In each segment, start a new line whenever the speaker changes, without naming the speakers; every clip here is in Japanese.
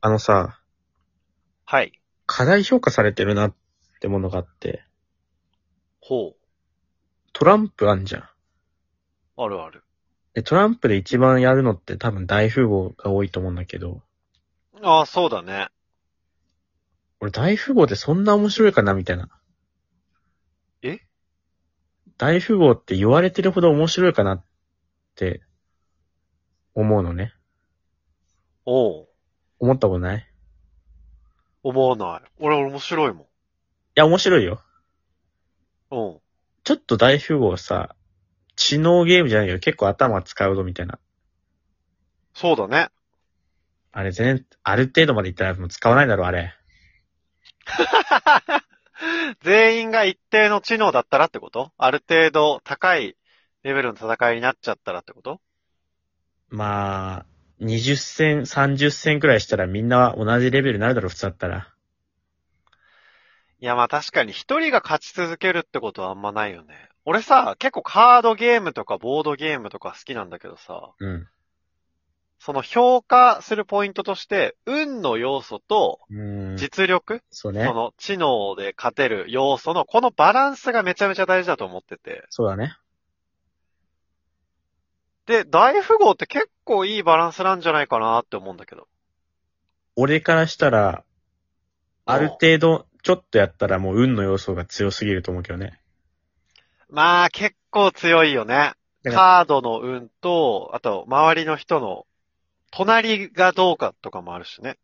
あのさ、
はい。
過大評価されてるなってものがあって、
ほ
トランプあんじゃん。
う。あるある。
で、トランプで一番やるのって多分大富豪が多いと思うんだけど、
ああ、そうだね。
俺大富豪ってそんな面白いかなみたいな。
え
大富豪って言われてるほど面白いかなって思うのね。
おう。
思ったことないい
思わない。俺、面白いもん。
や、面白いよ。
うん。
ちょっと大富豪さ、知能ゲームじゃないけど結構頭使うぞみたいな。
そうだね。
あれ全然、ある程度までいったらもう使わないだろ、あれ。
全員が一定の知能だったらってことある程度高いレベルの戦いになっちゃったらってこと
まあ、20戦、30戦くらいしたらみんな同じレベルになるだろう、普通だったら。
いや、まあ確かに一人が勝ち続けるってことはあんまないよね。俺さ、結構カードゲームとかボードゲームとか好きなんだけどさ、
うん。
その評価するポイントとして、運の要素と
うん。
実力、
そう
そ
ね。
の知能で勝てる要素のこのバランスがめちゃめちゃ大事だと思ってて。
そうだね。
で、大富豪って結構いいバランスなんじゃないかなって思うんだけど。
俺からしたら、ある
度。
程度、ちょっとやったらもう運の要素が強すぎると思うけどね。
まあ結構強いよね。
だか
カードの運と、あと周りの人の隣がどうかとかもあるしね。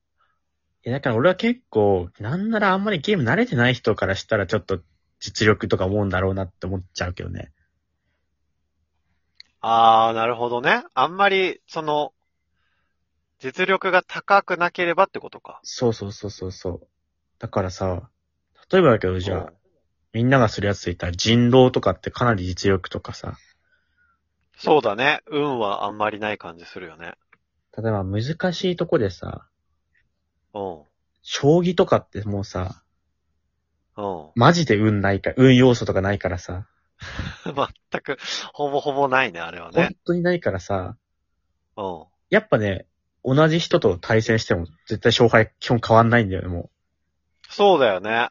いやだから俺は結構、なんならあんまりゲーム慣れてない人からしたらちょっと実力とか思うんだろうなって思っちゃうけどね。
ああ、なるほどね。あんまり、その、実力が高くなければってことか。
そうそうそうそうそう。だからさ、例えばだけどじゃあ、みんながするやつで言ったら人狼とかってかなり実力とかさ、
そうだね。運はあんまりない感じするよね。
例えば難しいとこでさ、
うん。
将棋とかってもうさ、
うん。
マジで運ないか、運要素とかないからさ、
全く、ほぼほぼないね、あれは
本
ね。
当にないからさ、
うん。
やっぱね、同じ人と対戦しても絶対勝敗基本変わんないんだよね、も
そうだよね。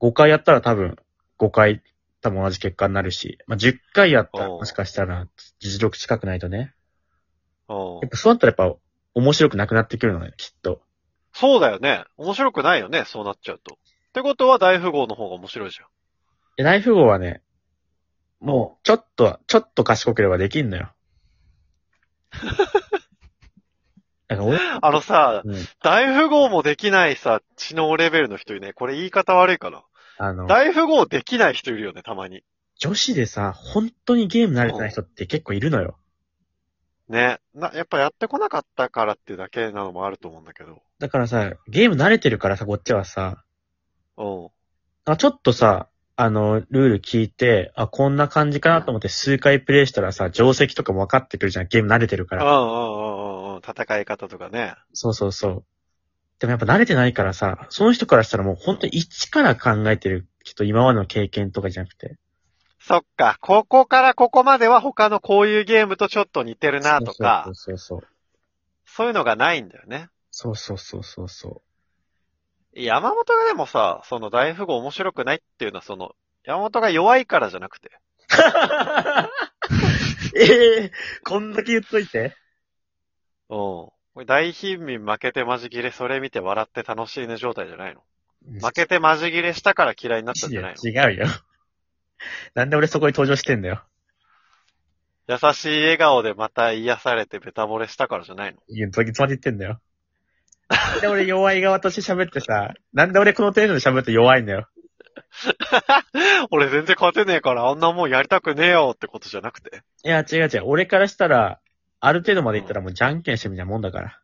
う。5回やったら多分、5回多分同じ結果になるし、まあ、10回やったら
おう
もしかしたら実力近くないとね。
う
やっ
ん。
ぱそうなったらやっぱ面白くなくなってくるのね、きっと。
そうだよね。面白くないよね、そうなっちゃうと。ってことは大富豪の方が面白いじゃん。
え、大富豪はね、もう、ちょっと、ちょっと賢ければできんのよ。だから俺、
あのさ、
うん、
大富豪もできないさ、知能レベルの人いね。これ言い方悪いかな。
あの、
大富豪できない人いるよね、たまに。
女子でさ、本当にゲーム慣れてない人って結構いるのよ。
ね。な、やっぱやってこなかったからっていうだけなのもあると思うんだけど。
だからさ、ゲーム慣れてるからさ、こっちはさ、
うん。
あちょっとさ、あの、ルール聞いて、あ、こんな感じかなと思って数回プレイしたらさ、定石とかも分かってくるじゃん。ゲーム慣れてるか
うんう
ら。
んうんうんうん。戦い方とかね。
そうそうそう。でもやっぱ慣れてないからさ、その人からしたらもう本当に一から考えてる。きっと今までの経験とかじゃなくて。
そっか。ここからここまでは他のこういうゲームとちょっと似てるなとか。
そうそう
そういうのがないんだよね。
そうそう。そうそうそう そう。
山本がでもさ、その大富豪面白くないっていうのはその、山本が弱いからじゃなくて。
ええこんだけ言っといて。
うん。これ大貧民負けてマジギレ、それ見て笑って楽しいね状態じゃないの。負けてマジギレしたから嫌いになった
い
んじゃ
や
ない
違うよ。なんで俺そこに登場してんだよ。
の優しい笑顔でまた癒されてベタ惚れしたからじゃないの
いや、どきつまで言ってんだよ。なんで俺弱い側として喋ってさ、なんで俺この程度で喋って弱いんだよ。
俺全然勝てねえからあんなもんやりたくねえよってことじゃなくて。
いや、違う違う。俺からしたら、ある程度まで行ったらもうじゃんけんしてみたいなもんだから。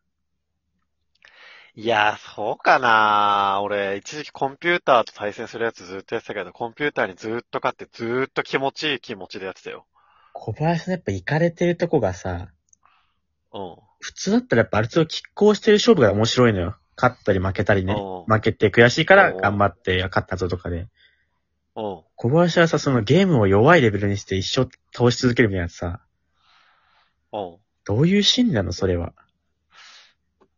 いやー、そうかなー俺、一時期コンピューターと対戦するやつずっとやってたけど、コンピューターにずーっと勝ってずーっと気持ちいい気持ちでやってたよ。
小林さんやっぱ行かれてるとこがさ、
うん。
普通だったらやっぱある程度拮抗してる勝負が面白いのよ。勝ったり負けたりね。
うん
負けて悔しいから
うん
頑張って、いや勝ったぞとかで。
うん。
小林はさ、そのゲームを弱いレベルにして一生倒し続けるみたいなさ、
うん。
どういう心理なのそれは。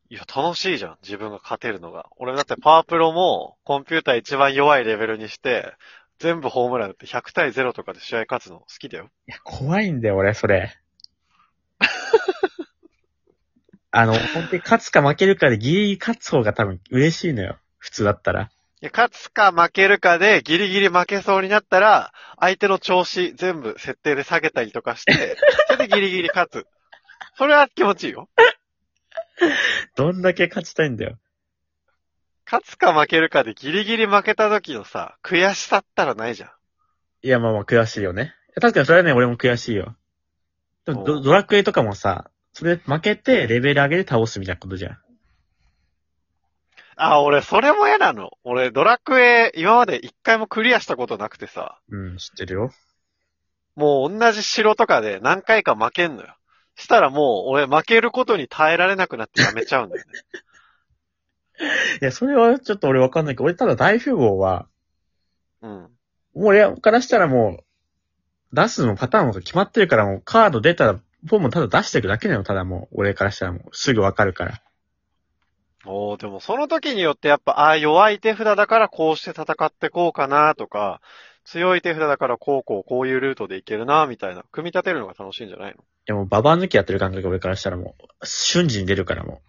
いや、楽しいじゃん。自分が勝てるのが。俺だってパワープロもコンピューター一番弱いレベルにして、全部ホームラン打って100対0とかで試合勝つの好きだよ。
いや、怖いんだよ、俺、それ。あの、本当に勝つか負けるかでギリギリ勝つ方が多分嬉しいのよ。普通だったら。
いや勝つか負けるかでギリギリ負けそうになったら、相手の調子全部設定で下げたりとかして、 それでギリギリ勝つ。それは気持ちいいよ。
どんだけ勝ちたいんだよ。
勝つか負けるかでギリギリ負けた時のさ、悔しさったらないじゃん。
いや、まあまあ悔しいよね。確かにそれはね、俺も悔しいよ。でも
お
ド、
う
ドラクエとかもさ、それで負けてレベル上げで倒すみたいなことじゃん。
あ、俺、それも嫌なの。俺、ドラクエ、今まで一回もクリアしたことなくてさ、
うん、知ってるよ。
もう同じ城とかで何回か負けんのよ。したらもう、俺、負けることに耐えられなくなってやめちゃうんだよ ね。
いや、それはちょっと俺わかんないけど、俺ただ大富豪は、
うん。
もう俺からしたらもう、出すのパターンも決まってるから、もうカード出たら、ポンもただ出していくだけだよ、ただもう。俺からしたらもう、すぐわかるから。
おーでもその時によってやっぱ、ああ、弱い手札だからこうして戦ってこうかなとか、強い手札だからこうこうこういうルートでいけるなみたいな、組み立てるのが楽しいんじゃないの
いやもうババア抜きやってる感覚俺からしたらもう、瞬時に出るからも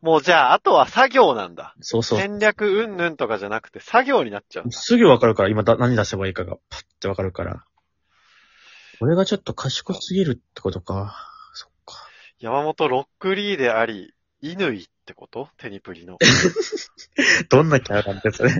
もうじゃあ、あとは作業なんだ。
う。そうそう。
戦略云々とかじゃなくて作業になっちゃうんだ。
すぐわかるから、今だ何出せばいいかが、パッてわかるから。俺がちょっと賢すぎるってことか。そっか。
山本ロックリーであり、乾ってことテニプリの。
どんなキャラなんだよ、それ。